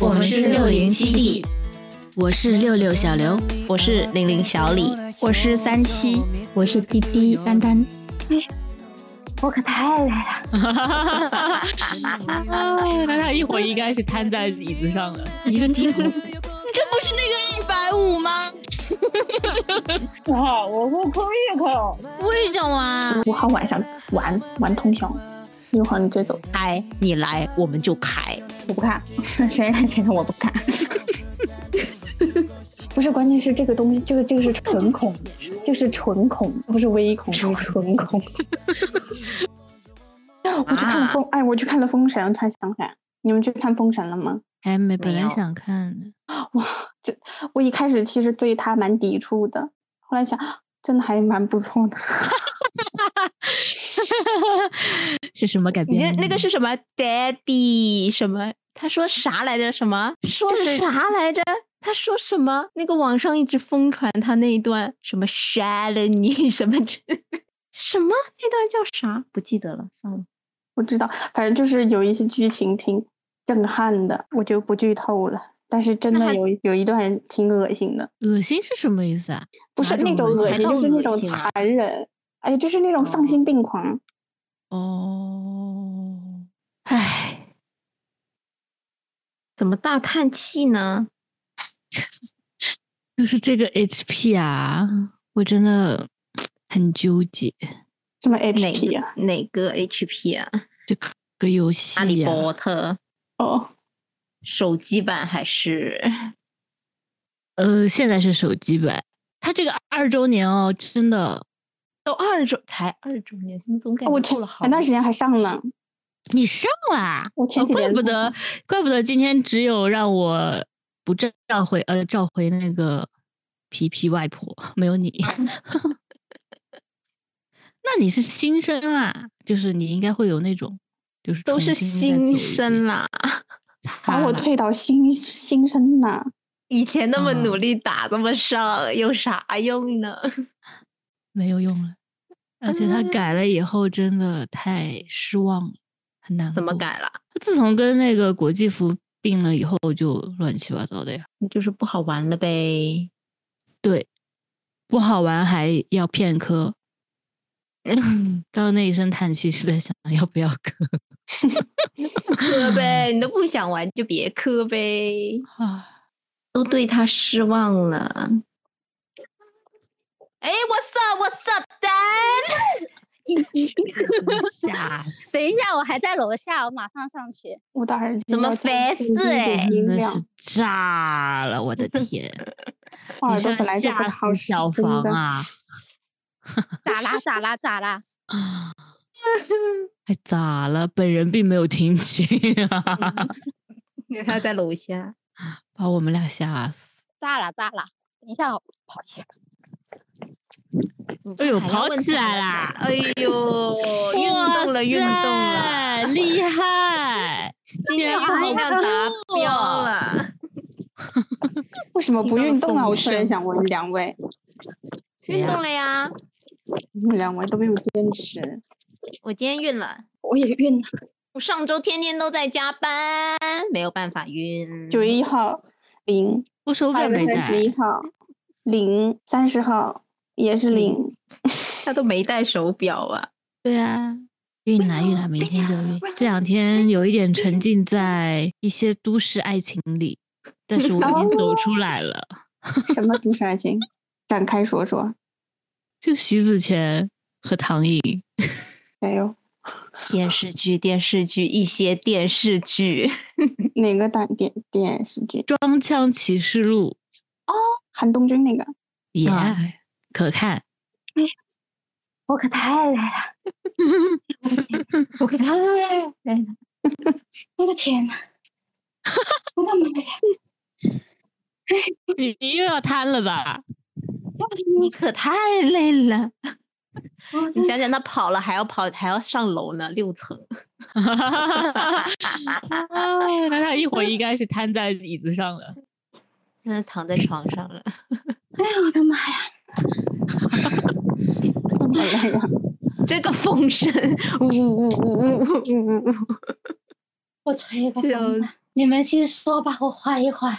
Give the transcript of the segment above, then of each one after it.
我们是六零基地，我是六六小刘，我是零零小李，我是三七，我是滴滴丹丹。我可太累了，他俩一会儿应该是瘫在椅子上了，一个低头。这不是那个一百五吗？哇，我悟空一口，为什么？五号晚上玩玩通宵，六号你追走，开你来我们就开，我不看， 谁来谁来我不看。 不是，关键是这个东西，这个这个是纯恐，这个是纯恐，不是微恐，是纯恐。 我去看啊封，哎，我去看了《封神》，突然想起来，你们去看《封神》了吗？还没，本哎没来有想看的，哇，这我一开始其实对他蛮抵触的，后来想，啊真的还蛮不错的。是什么改你编那的呢？那个是什么？Daddy 什么？他说啥来着？什么？说啥来着？他说什么？那个网上一直疯传他那一段什么杀了你 什么之什么那段叫啥？不记得了，算了。我知道，反正就是有一些剧情挺震撼的，我就不剧透了。但是真的有一有一段挺恶心的，恶心是什么意思啊？不是哪那种种恶恶心心，还就到是那恶种心啊残忍，哎，就是那种丧心病狂。哦，唉，怎么大叹气呢？就是这个 HP 啊，我真的很纠结。什么哪 HP 啊？个哪个 HP 啊？这个游哈利戏、啊，波特哦，手机版还是？呃，现在是手机版。它这个二周年哦，真的，都二周才二周年，怎么总感我觉前过了好前段时久间还上呢，你上啦！ 我前哦几怪天不才得上，怪不得今天只有让我不召回，呃，召回那个皮皮外婆，没有你。 那你是新生啦，就是你应该会有那种，就是都是新生了，啦，把我啊擦啦退到新新生呢。以前那么努嗯力打这么上，有啥用呢？没有用了。而且嗯他改了以后，真的太失望了，很难。怎么？改了？他自从跟那个国际服并了以后，就乱七八糟的呀。就是不好玩了呗。对，不好玩还要骗 科。刚刚那一声叹气是在想要不要磕磕呗，你都不想玩就别磕呗，啊？ 都对他失望了。哎，What's up？What's up？Dan， 吓死！等一下，我还在楼下，我马上上去。我的耳机怎么要降肥低四一哎点音真的量，是炸了！我的 天，我你耳是朵要本来就不吓好死使，小真房的。啊？咋啦咋啦 咋啦？啊！还咋了？本人并没有听清、嗯啊， 他在楼下。把我们俩吓死。咋啦咋啦？等一下，我跑一下。哎呦，还要跑问起他来一 啦下！！哎呦，运动了，运动了，哇塞，厉害！ 今竟天然运动量达标了。为什么听不到了运动啊？风我突然声想问两 位，谁运呀动了呀！你们两位都没有坚嗯持。我今天晕了，我也晕了。我上周天天都在加班，没有办法晕。九月一号零，我手八表月没三带十。一号零，三十号也是零。他都没戴手表啊，对啊，运来运来，明天就运。这两天有一点沉浸在一些都市爱情里，但是我已经走出来了。什么都市爱情？展开说说。就徐子泉和唐颖，没有电视剧，电视剧，一些电视剧，哪个大电电视剧？ 《装腔启示录韩东君那个。》也、啊可看。我可太 累了，我给 他我的天呐，我的妈呀！你你又要瘫了吧？我的你可太累了。我你的想想，他跑了还要跑，还要上楼呢，六层。那 他一会儿应该是瘫在椅子上了。现在躺在床上了，哎呀，我的妈呀！怎么来着？这个风声，呜呜呜呜呜呜呜呜，我吹个笑疯了，你们先说吧，我缓一缓。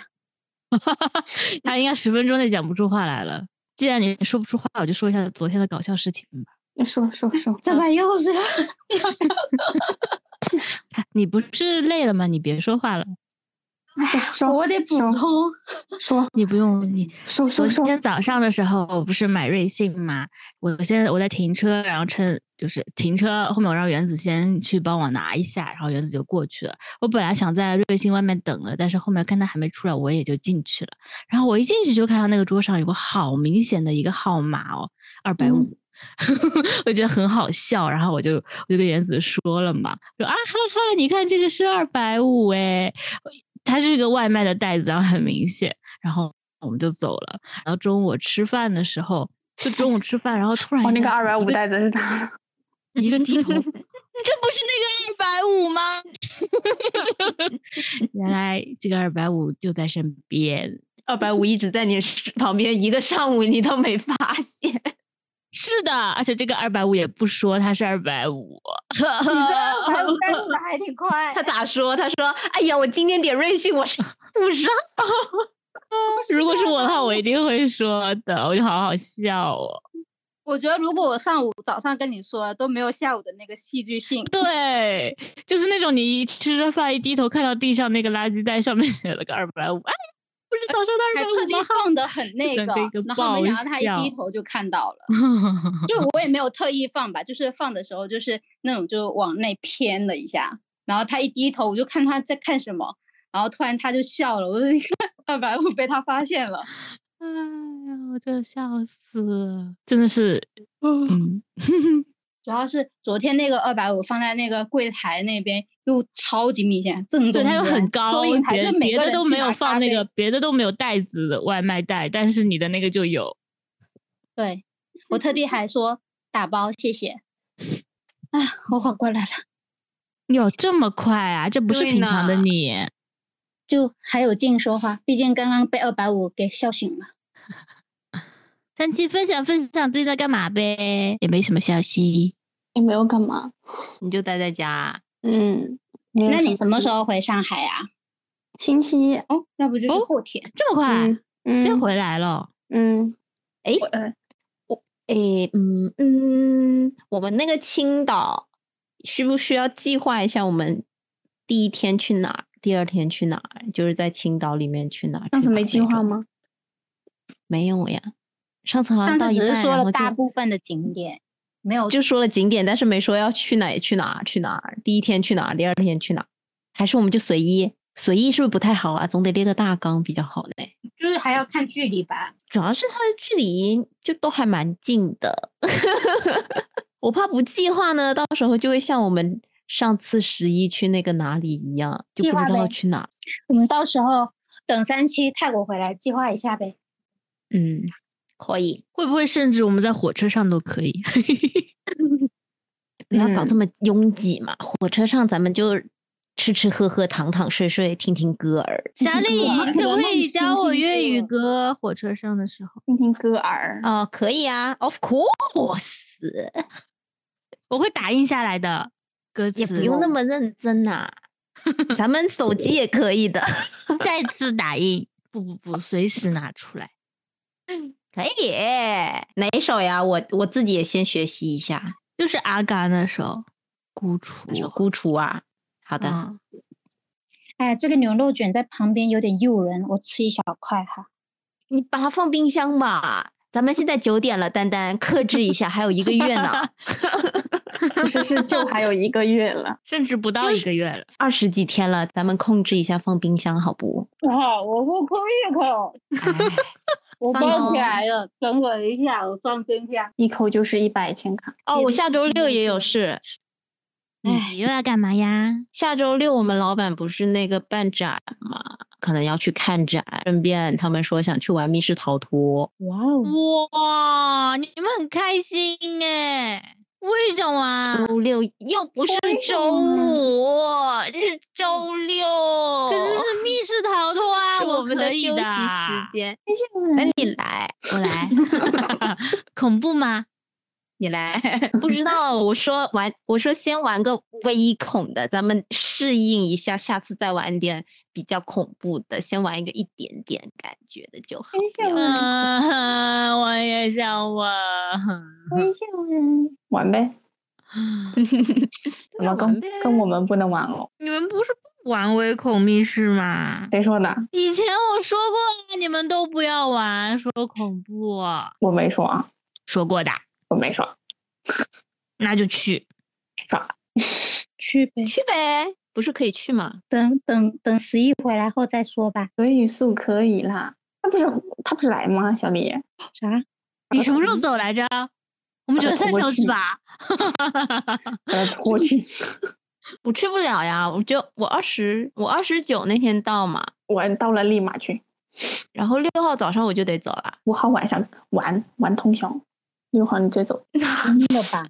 他应该十分钟内讲不出话来了。既然你说不出话，我就说一下昨天的搞笑事情吧。说说说，怎么又是？他你不是累了吗？你别说话了，说 我得补说充。说你不用你说说昨说，天早上的时候，我不是买瑞幸吗？我现在我在停车，然后趁就是停车后面，我让原子先去帮我拿一下，然后原子就过去了。我本来想在瑞幸外面等的，但是后面看他还没出来，我也就进去了。然后我一进去就看到那个桌上有个好明显的一个号码哦，二百五。 我觉得很好笑，然后我就我就跟原子说了嘛，说啊哈哈，你看这个是二百五哎，它是一个外卖的袋子，然后啊很明显，然后我们就走了。然后中午我吃饭的时候，就中午吃饭，然后突然我哦那一个下二子百一五哦个袋子是他的。一个 低这头，不是那个一百五吗？ 原来这个二百五就在身边。二百五一直在你身旁边，一个上午你都没发现。 是的，而且这个二百五也不说它是二百五，你这哦二百五带路的还挺快他咋说？他说：“哎呀，我今天点瑞幸，我是补上。 如果是我的话，我一定会说的，我就好好笑哦。 我觉得如果我上午早上跟你说都没有下午的那个戏剧性，对，就是那种你一吃着饭一低头看到地上那个垃圾袋上面写了个二百五，哎，不是早上的还二特百地五吗？放的很那整个个一个，然后没想爆到他一低笑头就看到了。就嗯我也没有特意放吧，就是放的时候就是那种就往内偏了一下，然后他一低头，我就看他在看什么，然后突然他就笑了，我就一看二百五被他发现了， 哎呀，我真的笑死了，真的是，嗯，主要是昨天那个二百五放在那个柜台那边又超级明显，正对，中它又间很高收银，台别就每别个的人都去没拿有咖放那啡个，别的都没有袋子的外卖袋，但是你的那个就有，对我特地还说打包谢谢，啊，我缓过来了，有这么快啊？这不是对平常的呢你，就还有劲说话，毕竟刚刚被二百五给笑醒了。三七分享分享最近在干嘛呗？也没什么消息。 也没有干嘛。”你就待在家，嗯，没有那你什么时候？候回上海啊？星期一。哦，那不就是哦后天？这么快，嗯，先嗯回来了。嗯，诶，嗯嗯，我们那个青岛需不需要计划一下我们第一天去哪儿，第二天去哪儿？就是在青岛里面去哪儿？上次去哪儿没计那划种？吗？没有呀，上次好像上啊到次一只半，是说然了后大就部分的景点，没有就说了景点，但是没说要去哪去哪去哪儿，第一天去哪儿，第二天去哪儿，还是我们就随意？随意是不是不太好啊？总得列个大纲比较好呢。就是还要看距离吧。主要是它的距离就都还蛮近的， 我怕不计划呢，到时候就会像我们上次十一去那个哪里一样，就计不划知道呗去哪儿。我们到时候等三七泰国回来计划一下呗。嗯，可以，会不会甚至我们在火车上都可以？ 不要搞这么拥挤嘛。火车上咱们就吃吃喝喝、躺躺睡睡、听听歌儿。 小丽，我你可不我可以梦教中我听粤语过歌？火车上的时候，听听歌儿。哦，可以啊，Of course，我会打印下来的歌词，也不用那么认真呐、咱们手机也可以的，再次打印。 不不不，随时拿出来。 可以。哪一首呀？我我自己也先学习一下。就是阿嘎那首《孤雏那》首孤雏啊。好的，嗯，哎呀，这个牛肉卷在旁边有点诱人，我吃一小块哈。你把它放冰箱吧。咱们现在九点了，丹丹，克制一下，还有一个月 呢，不是，是就还有一个月了。甚至不到一个月了。二十几天了，咱们控制一下放冰箱，好不？哇，啊我不哭一口，哎我放抱起哦来了。等我一下，我放冰箱。一口就是一百千 卡。哦，我别下周六也有事。你又要干嘛呀？下周六我们老板不是那个办展嘛，可能要去看展，顺便他们说想去玩密室逃脱。哇哦，哇，你们很开心哎？为什么啊？周六又不是周五，是周六，可是是密室逃脱啊，是我们可的以休息的。时间。那你来，我来，恐怖吗？你来，不知道。我说玩，我说先玩个微恐的，咱们适应一下，下次再玩点比较恐怖的，先玩一个一点点感觉的就好。没有人，嗯，我也想玩。没有人，玩呗，怎么跟跟我们不能玩哦？你们不是不玩唯恐密室吗？谁说的？以前我说过了，你们都不要玩，说恐怖，我没说啊，说过的，我没说，那就去。耍去 呗，去呗，不是可以去吗？等等等十一回来后再说吧。可以速可以啦。他不是他不是来吗？小李，啥？你什么时候走来着？我们把九它十三拖条去嗯去吧。把他拖去。 我去不了呀，我就我二十我二十九那天到嘛，我到了立马去，然后六号早上我就得走了。五号晚上玩玩通宵，六号你再走。真的吧？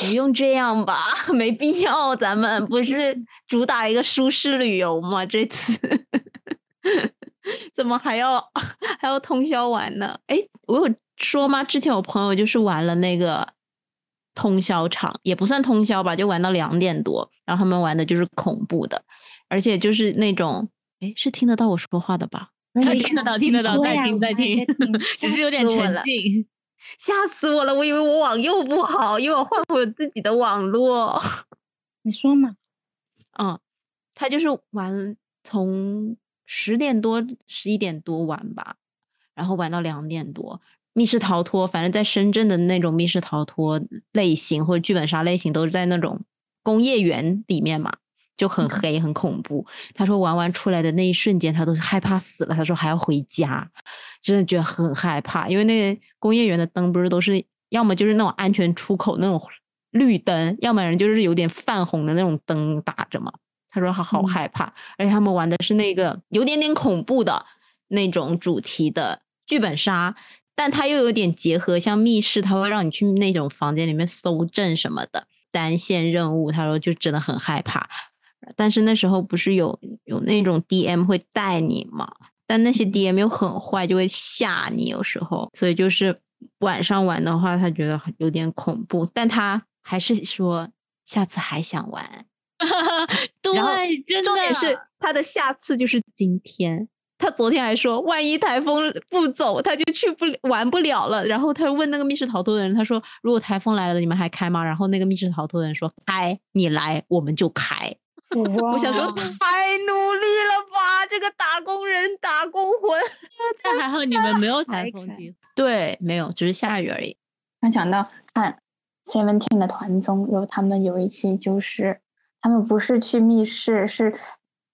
不用这样吧， 没必要。咱们不是主打一个舒适旅游吗？这次怎么还要还要通宵玩呢？哎，我有说吗？之前我朋友就是玩了那个通宵场，也不算通宵吧，就玩到两点多。然后他们玩的就是恐怖的，而且就是那种，哎，是听得到我说话的吧？哎 听得到，听得到，说再呀听，再我还听在听， 只是有点死我沉了浸。吓死我了！我以为我网又不好，因为我换回我自己的网络。你说嘛？嗯，他就是玩从十点多、十一点多玩吧，然后玩到两点多。密室逃脱，反正在深圳的那种密室逃脱类型或者剧本杀类型，都是在那种工业园里面嘛，就很黑、很恐怖。他说玩完出来的那一瞬间，他都是害怕死了。他说还要回家，真的觉得很害怕，因为那个工业园的灯不是都是要么就是那种安全出口那种绿灯，要么人就是有点泛红的那种灯打着嘛。他说他好害怕，而且他们玩的是那个有点点恐怖的那种主题的剧本杀，但它又有点结合像密室，它会让你去那种房间里面搜证什么的单线任务。他说就真的很害怕，但是那时候不是有有那种 DM 会带你嘛，但那些 DM 又很坏，就会吓你有时候，所以就是晚上玩的话，他觉得很有点恐怖，但他还是说下次还想玩。然后对，真的。重点是他的下次就是今天。他昨天还说，万一台风不走，他就去不了玩不了了。然后他问那个密室逃脱的人，他说：“如果台风来了，你们还开吗？”然后那个密室逃脱的人说：“开，你来我们就开。”我想说，太努力了吧，这个打工人打工魂。但还好你们没 有还台风可机会。对，没有，只是下雨而已。突然想到看 Seventeen 的团综，然后他们有一期就是，他们不是去密室，是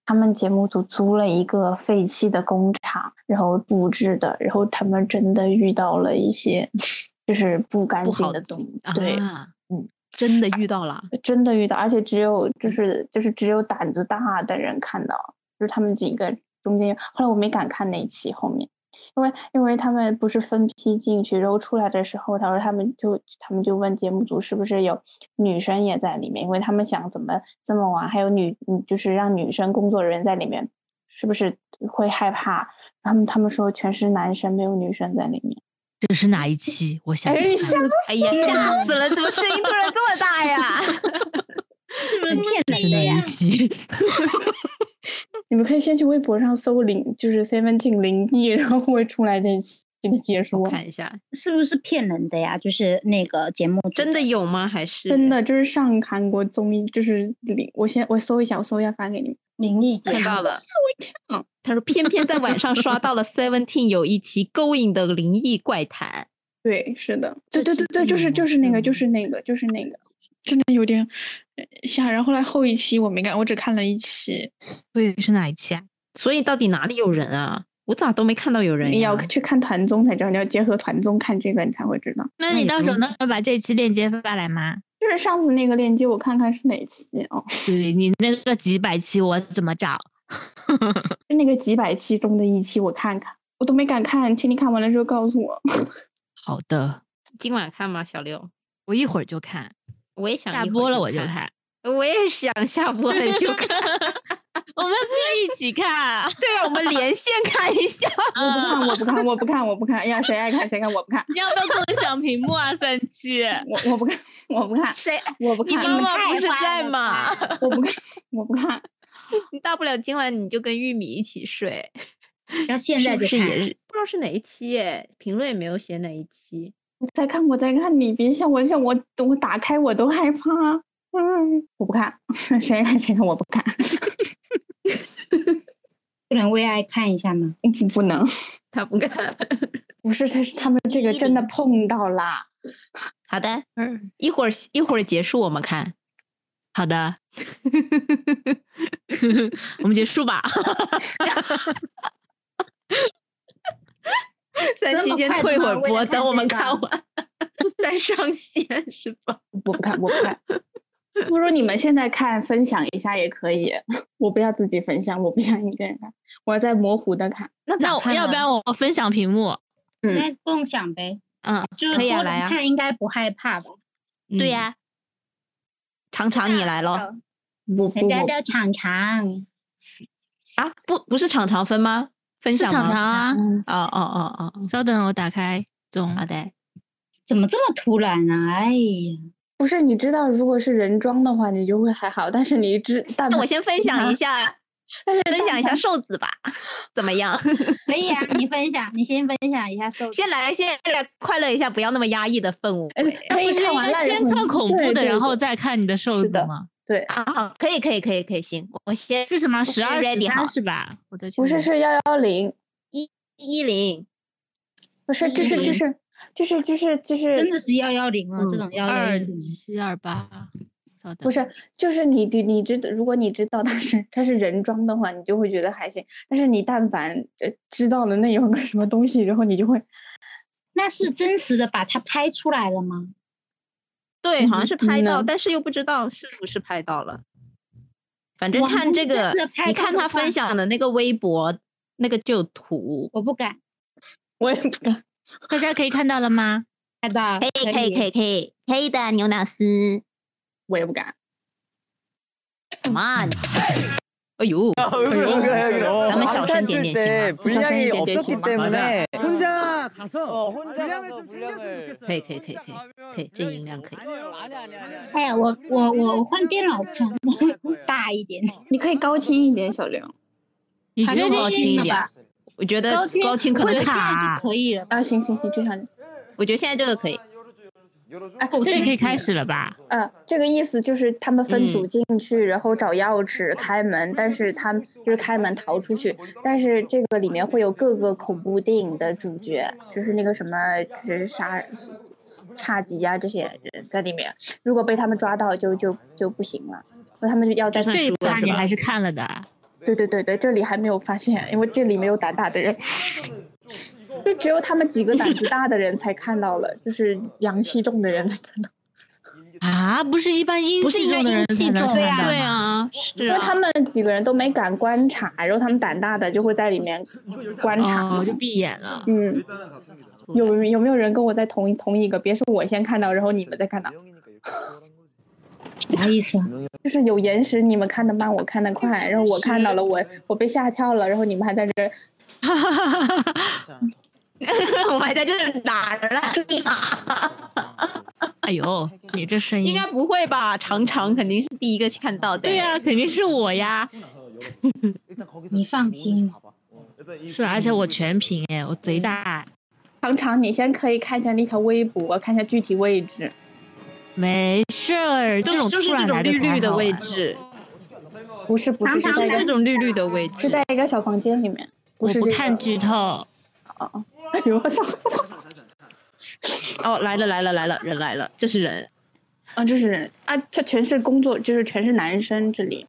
他们节目组租了一个废弃的工厂，然后布置的，然后他们真的遇到了一些 就是不干不净好的东西，对，啊、哎嗯，真的遇到了。真的遇到，而且只有就是就是只有胆子大的人看到，就是他们几个中间。后来我没敢看那一期后面，因为因为他们不是分批进去，然后出来的时候，他说他们就他们就问节目组是不是有女生也在里面，因为他们想怎么这么玩，还有女嗯就是让女生工作人员在里面，是不是会害怕？他们他们说全是男生，没有女生在里面。这是哪一期？我想哎一吓下。哎 呀，吓死了！怎么声音突然这么大呀？ 是不是骗是人的哪呀一？期？ 你们可以先去微博上搜零，就是 Seventeen 零一， 然后会出来这一期的解说。我看一下，是不是骗人的呀？就是那个节目组真的有吗？还是真的就是上韩国综艺，就是零，我先我搜一下，我搜一下发给你们。灵异节看目到了？他说，偏偏在晚上刷到了 Seventeen 有一期《勾引的灵异怪谈对，是的，对这期对对对，就是真的就是那个，嗯就是那个，就是那个，真的有点呃吓人。后来后一期我没看，我只看了一期，所以是哪一期啊？》，所以到底哪里有人啊？我咋都没看到有人你哎呀？要去看团综才知道，你要结合团综看这个，你才会知道。那那你也到不时候用能把这期链接发来吗？就是上次那个链接，我看看是哪期哦，对你那个几百期，我怎么找？是那个几百期中的一期，我看看，我都没敢看，请你看完了之后告诉我。好的，今晚看吗？小六，我一会儿就看，我也想下一会儿播了我就看，看，我也想下播了就看。我们可以一 起看。 对啊，我们连线看一下。我不嗯看，我不看，我不看，我不看。哎呀，谁爱看谁看，我不看， 你要不要共享屏幕啊，三七？我我不看，我不看，谁？我不你看。妈妈太不是坏在了吗？我不看，我不看，你大不了今晚你就跟玉米一起睡。然后现在是就不是看也是不知道是哪一期哎，评论也没有写哪一期。我在看，我在看，你别像我像我，我打开我都害怕。嗯，我不看， 谁看谁看我不看， 不能为爱看一下吗？不不能，他不 干。不是，他是他们这个真的碰到啦。好的，嗯一会儿一会儿结束我们 看。 好 的，我们结束吧。咱这提么前快的退会吗儿为了播，看等我这们个 看完再上线是吧？我不看，我不 看。不如你们现在看，分享一下也可以。我不要自己分享，我不想一个人看，我要在模糊的看。那那咋我看要不呢然我分享屏幕？嗯应该哎共享呗，嗯，就是可以啊多来人啊看应该不害怕吧？对嗯呀、尝尝你来咯我不人家我叫厂长，啊！不不是尝尝分吗？分是享场吗？长啊。哦哦哦哦嗯稍等，我打开。中嗯哦，好的。怎么这么突然啊？哎呀，不是，你知道，如果是人装的话，你就会还好。但是你知，但那我凡先分享一 下，但是分享一下瘦子吧， 怎么样？ 可以啊，你分享，你先分享一下搜集。先来，先来快乐一下，不要那么压抑的氛哎围可以不是看应完该烂人先回看忆恐怖对的，然对后对再看你的瘦是子的吗？对，啊！好，可以，可以，可以，可以，行，我先是什么？我十先二十 ready 好三是吧？我再去不是问是幺幺零，一零，不是，这是这是这是这是这是真的是幺幺零哦，这种幺幺二零，七二八。稍等不是，就是你你你知道，如果你知道他是他是人装的话，你就会觉得还行。但是你但凡呃知道了那有个什么东西，然后你就会那是真实的把它拍出来了吗？对，好像是嗯拍到，呢但是又不知道是不是拍到了。反正哇看那这真个是，拍你到看的他分话享的那个微博，那个就有图。我不敢我也不敢。大家可以看到了吗？拍到，可以可以，可以，可以的，牛老师。我也不敢， Come on！哎 呦，哎 그래요. 남의 씨어남자떤 줄 때문에있지만.때분량이 어떤 때문에 없었기 있지만. 때문에 맞아. 혼자 가서 어, 혼자 분량을 가서 좀 분량을- 생겼으면 좋겠어요. 오케이, 오케이, 오케이, 혼오케이.자가면 오케이, 제 분량이 인량 없어요. 가요. 아니, 아니, 아니, 아니.哎呀，我我我我换电脑看 거예요. ，大一点。你可以高清一点，小玲。你还确用定高清一点？我觉得高清高清可我能觉得现在卡就，可以了吧。啊，行行行，这样。我觉得现在这个可以。啊哎，我这现里在可以是开始了吧？呃，这个意思就是他们分组进去，然后找钥匙开门，但是他们就是开门逃出去。但是这个里面会有各个恐怖电影的主角，就是那个什么，就是杀差吉啊这些人在里面。如果被他们抓到就，就就不行了，那他们就要在这一对趴你还是看了的。对对对对，这里还没有发现，因为这里没有胆大的人， 就只有他们几个胆子大的人才看到了，就是阳气重的人才看到。啊，不是一般阴不是气一般重的人阴气才能重看呀到对吗，啊，是因为啊他。们几个人都没敢观察，然后他们胆大的就会在里面观察。哦，就闭眼了。嗯，有有没有人跟我在同一同一个？别是我先看到，然后你们再看到，啥意思啊？就是有延时，你们看的慢，我看的快，然后我看到了，我我被吓跳了，然后你们还在这儿， 我还在这儿哪儿了？ 哎呦，你这声音应该不会吧？常常肯定是第一个看到的。对呀、肯定是我呀。你放心，是啊，而且我全屏哎，我贼大爱。常常你先可以看一下那条微博，看一下具体位置。没事儿，就这种就是突这然种来的绿才绿的好位玩置，不是不是，是就在是一这个种绿绿的位置。是在一个小房间里面，不我是不这个看剧透， 哎呦，我笑死了！哦，来了来了来了，人来了，这是人。啊，这是人啊，这全是工作，就是全是男生这里，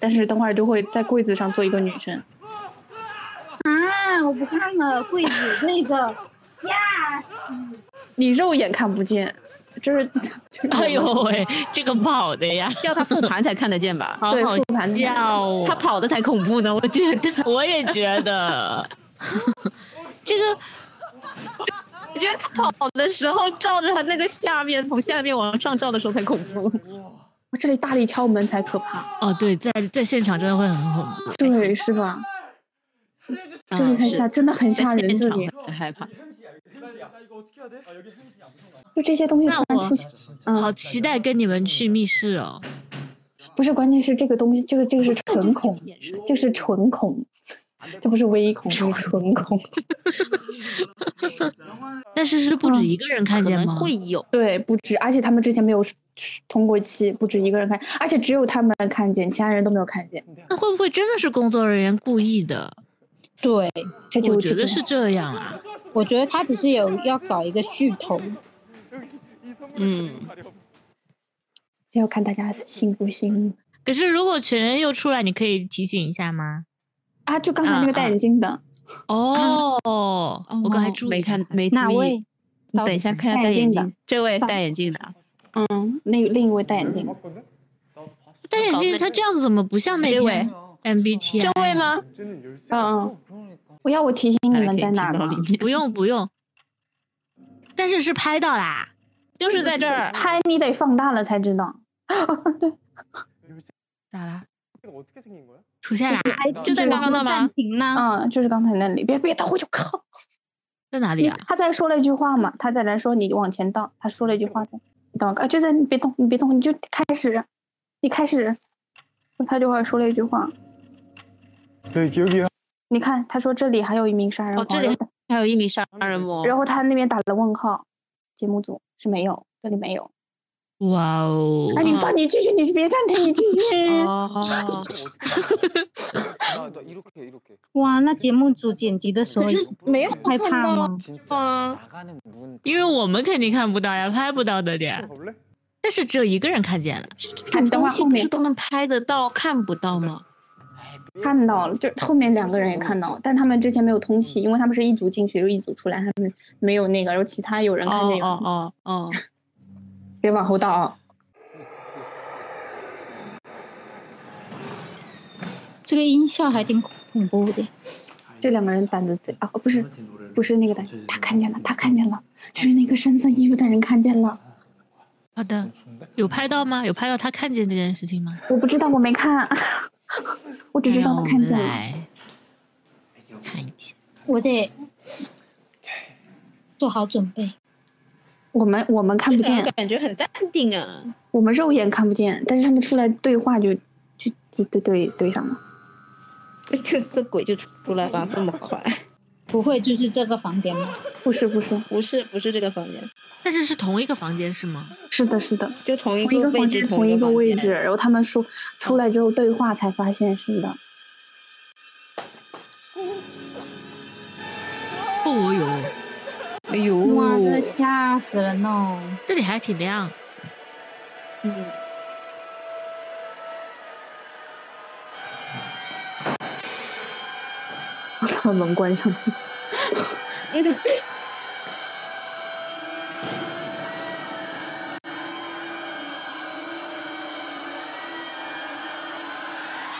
但是等会儿就会在柜子上坐一个女生。啊，我不看了，柜子那个吓死！你肉眼看不见，就是， 就是哎呦喂，这个跑的呀，要他复盘才看得见 吧？好对好复盘的笑 哦。他跑的才恐怖呢，我觉得。我也觉得 这个我觉得他跑的时候照着他那个下面，从下面往上照的时候才恐怖。我这里大力敲门才可怕，哦，对，在在现场真的会很恐怖。对，是吧？这里才吓，真的很吓啊在人。现这场里很害怕。就这些东西那突然我出现，好嗯，期待跟你们去密室哦！不是，关键是这个东西，这个这个是纯恐，这是纯恐，这不是微恐，这是纯恐。但是是不止一个人看见吗？会有，对，不止，而且他们之前没有通过期，不止一个人看，而且只有他们看见，其他人都没有看见。那会不会真的是工作人员故意的？对，这就我这觉得就是这样啊。我觉得他只是有要搞一个噱头。嗯，要看大家信不信可是如果全员又出来，你可以提醒一下吗？啊！就刚才那啊个戴眼镜的，哦，我刚才注意哦没看没哪注意位？你到等一下看一下戴戴眼眼镜的镜，这位戴眼镜的啊，嗯，那另一位戴眼镜嗯的，戴眼镜，他这样子怎么不像那这位天 MBTI？这位？吗？嗯嗯，不要我提醒你大家们可以在听哪儿到吗里？面不用不用，但是是拍到啦。就是在这儿，拍你得放大了才知道，咋啦？出现啦？拍就在刚刚那吗？停呢？啊嗯，就是刚才那里，别别倒回去，靠！在哪哎里你啊？他才说了一句话嘛，他在那说你往前倒，他说了一句话，你等啊，就在你别动，你别动，你就开始，你开始，他就会说了一句话， 저희 기억이 你看他说这里还有一名杀人哦狂，这里然后还有一米杀人魔，然后他那边打了问号，节目组是没有，这里没哦有，哇哦！那你放你继续，你别暂停，你继续。 哦， 이렇게 이렇게 哇，那节目组剪辑的时候可是没有害怕吗？ 진짜 나가는 문嗯因为我们肯定看不到呀，拍不到的呀。 볼래?但是只有一个人看见了，看等东会儿西后不是面都能拍得到看不到吗？看到了，就后面两个人也看到了，但他们之前没有嗯通气，因为他们是一组进去就一组出来，他们没有那个，然后其他有人看哦见有，哦哦哦，别往后倒啊。这个音效还挺恐怖的。这两个人胆子贼啊，不是，不是那个胆，他看见了，他看见了，是那个深色衣服的人看见了。好的，有拍到吗？有拍到他看见这件事情吗？我不知道，我没看， 我只知道让他我看们见了。来看一下。我得做好准备。我们我们看不见，感觉很淡定啊。我们肉眼看不见，但是他们出来对话就就就对对对上了。 这这鬼就出来吧，这么快？不会就是这个房间吗？不是不是，不是不是这个房间，但是是同一个房间是吗？是的是的，就同一同个一个位房置间同一一个房位间嗯置，。然后他们说出来之后对话才发现是的。哦哟，哎呦，哇，真的吓死人哦！这里还挺亮。把门关上。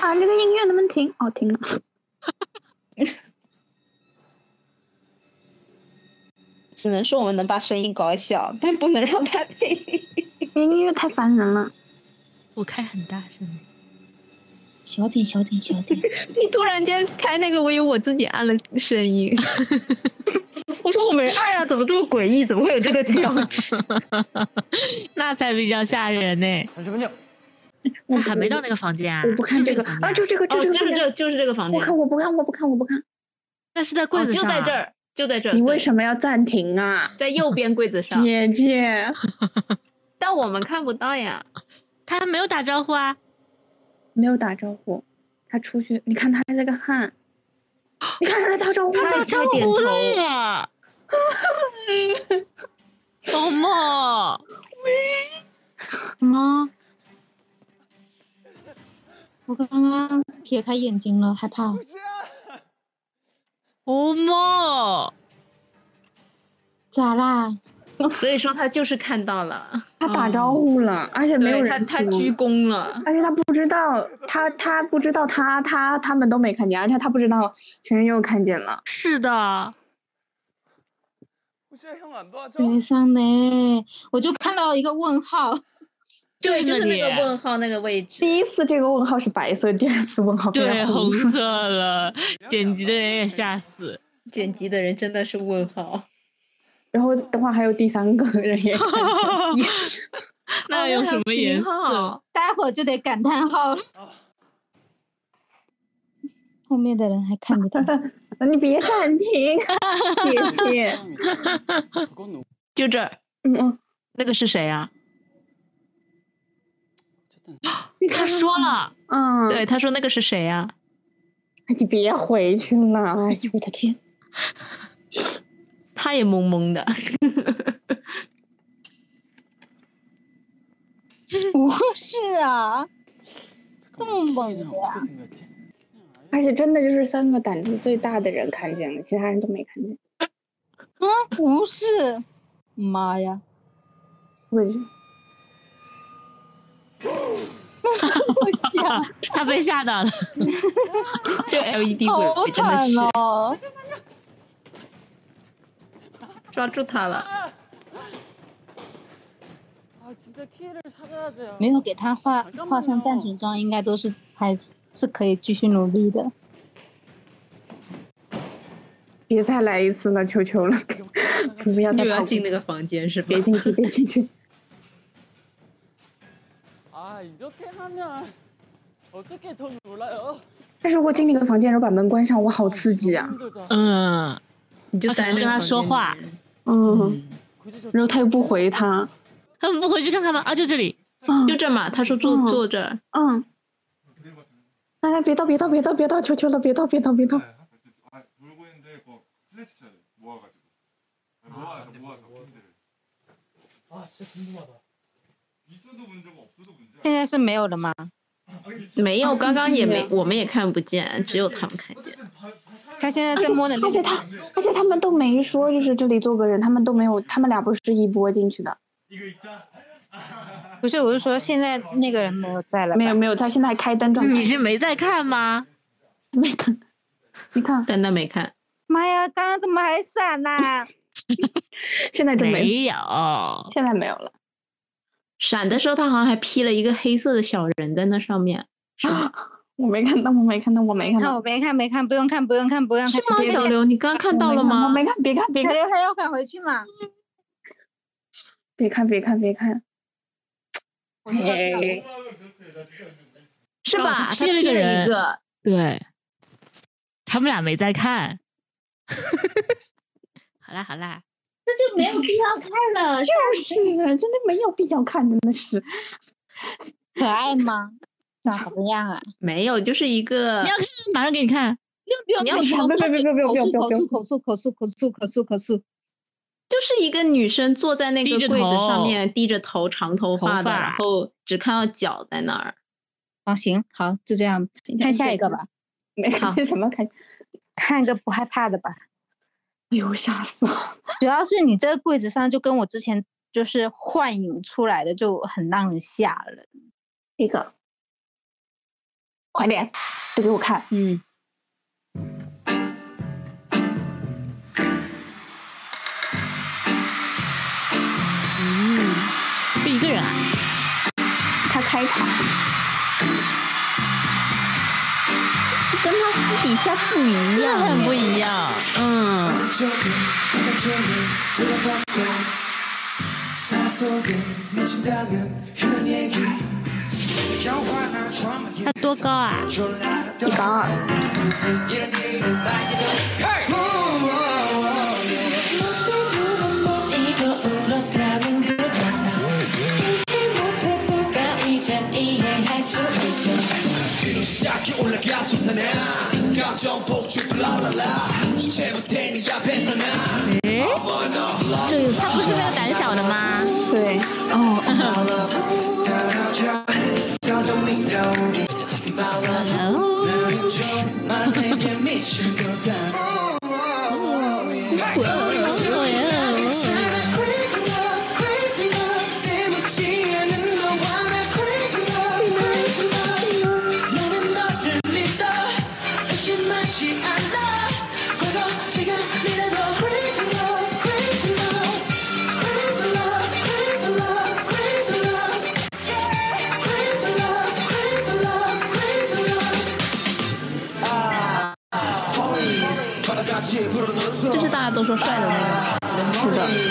啊，这个音乐能不能停？哦，停了。只能说我们能把声音搞小，但不能让他 听。这音乐太烦人了。我开很大声，小点，小点，小 点。你突然间开那个，我以为我自己按了声音。我说我没按啊，怎么这么诡异？怎么会有这个调子？那才比较吓人呢。 잠시만요.他还没到那个房间啊？我不看就这个房间啊，就这个，哦，就就这个是房间。这，就是这个房间。我看，我不看，我不看，我不看。那是在哦柜子就上啊、在这儿，就在这儿。你为对什么要暂停啊，在右边柜子上？姐姐？但我们看不到呀。他没有打招呼啊。没有打招呼，他出去，你看他还在个汗。你看他在打招呼，打招呼了耶！ 好梦哦，什么？我刚刚撇开眼睛了，害怕。好梦哦，咋啦？所以说他就是看到了，他打招呼了，而且没有对人他他说鞠躬了。而且他不知道，他他不知道他他他们都没看见，而且他不知道全人又看见了。是的， 호시야 형안 도와줘?悲伤呢？我就看到一个问号。就是那里。号那个位置。第一次这个问号是白色，第二次问号变对，红红色了，剪辑的人也吓死。，剪辑的人真的是 问号，然后等会儿还有第三个人也看见哦那有什么颜色？待会儿就得感叹号了。哦后面的人还看着 他， 你别暂 停，姐姐。就这儿，嗯嗯，那个是谁啊？他说了，嗯，对，他说那个是谁啊？你别回去了，哎呦我的天！他也懵懵的，不是啊，这么猛的呀？而且真的就是三个胆子最大的人看见了，其他人都没看见。啊，不是，妈呀，我去，我 想，他被吓到了。这 LED 好 E 鬼真的惨是哦！抓住他了，没 有给他画画上战损妆，应该都是还是是可以继续努力的。别再来一次了，求求了， 不要再又跑要过去进那个房间是吧？别进去，别进去。 아 이렇게 하면 어떻게 더 놀아요?但是如果进那个房间，然后把门关上，我好刺激啊！ 힘들다.嗯，你就他可待能跟他说话，嗯， 굳이 저 然后他又 不回他，他们不回去看看吗？啊，就这里。嗯就这儿嘛。他说坐嗯坐这儿，嗯。来来，别到，别到，别到，别到，求求了，别到，别到，别到！ 돌고 아, 있는데 그거 슬래치잖아요. 모아가지고. 모아서 네, 모아서 핀아 진짜 궁금하들을.다. 있어도 문제고 없어도 문제야.现在是没有了吗？没有，刚刚也没 进，去我们也看不见，只有他们看 见。 어쨌든 바, 바 사람 他现在在哎摸的那而且个，他，而且他们都没说，就是这里坐个人，他们都没有，他们俩不是一波进去的， 이거 있다.不是，我是说现在那个人没有在了吧。没有没有，他现在还开灯嗯状态，你是没在看吗？ 没看，你看丹丹没看，妈呀，刚刚怎么还闪呢、 现在就没，没有。现在没有了，闪的时候他好像还披了一个黑色的小人在那上面，是吗？我没看到，我没看到，我没看看到我，没看，没看，不用看，不用看，不用看。是吗？小刘，你刚刚看到了 我吗？没哦看，别看，别小看，刘还要返回去嘛？别看，别看，别看，我就哎， 엄마가 그렇게 나 지금 안 돼.是刚吧？他好哦披了一一个人个对，他们俩没在看。 好啦好啦，这就没有必要看了。就是啊，真的没有必要看，真的是，可爱吗？长什么 样啊？没有，就是一个你要看马上给你看。不用你不要用不想用不要不要不要不要不要不要口述口述口述口述口述口述，就是一个女生坐在那低个着柜子上头面，低着头，长头头发的，然发后只看到脚在那儿。好行好就这样，看下一个吧，没看什么看，看个不害怕的吧。哎呦吓死了，主要是你这个柜子上就跟我之前就是幻影出来的就很让人吓人。这个，快点，都给我看，嗯，嗯，就一个人啊。他开场，跟他私底下不一样，很不一样。嗯，他多高啊？一高二，诶，他不是那个胆小的吗？对，啊 就是大家都说帅的那个。是的。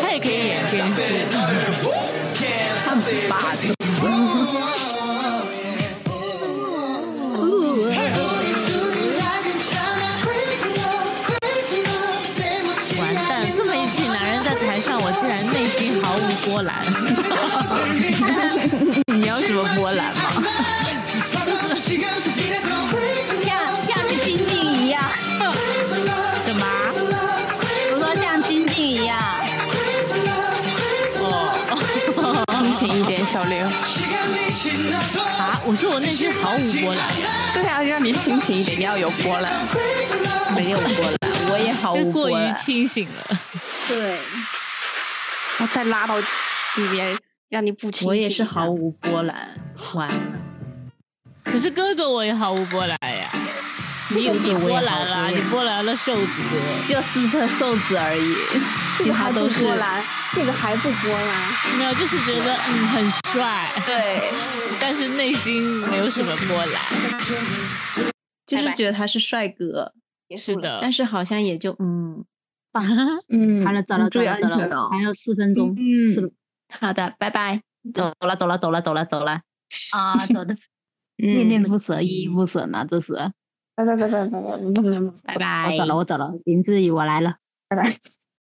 他也可以演电视。他们爸的。完蛋，这么一群男人在台上，我竟然 内心毫无波澜。你要什么波澜吗？像像是金靖一样，什么？我说像金靖一样，通情一点，小刘。啊！我说我内心毫无波澜，对啊，让你清醒一点，你要有波澜。没有波澜，我也毫无过波于澜。清醒了。对，我再拉到里面，让你不清醒。我也是毫。无波澜，完了。可是哥哥我也毫无波澜呀，你有这你个我也波毫无澜啦，你波澜了瘦子哥，就斯特瘦子而 已。这其个他还不都是波澜，这个还不波澜。没有，就是觉得嗯很帅，对，但是内心没有什么波澜。就是觉得他是帅哥，是的，但是好像也就 嗯，嗯完了，走了，走注意了，安走全了，哦。还有四分钟，四分嗯，好的，拜拜。走了，走了，走了，走了，走了啊，走的嗯恋恋不舍，依依不舍呢，这是。拜拜拜拜拜拜拜拜。哎我走了，我走了，林志宇，我来了。拜拜。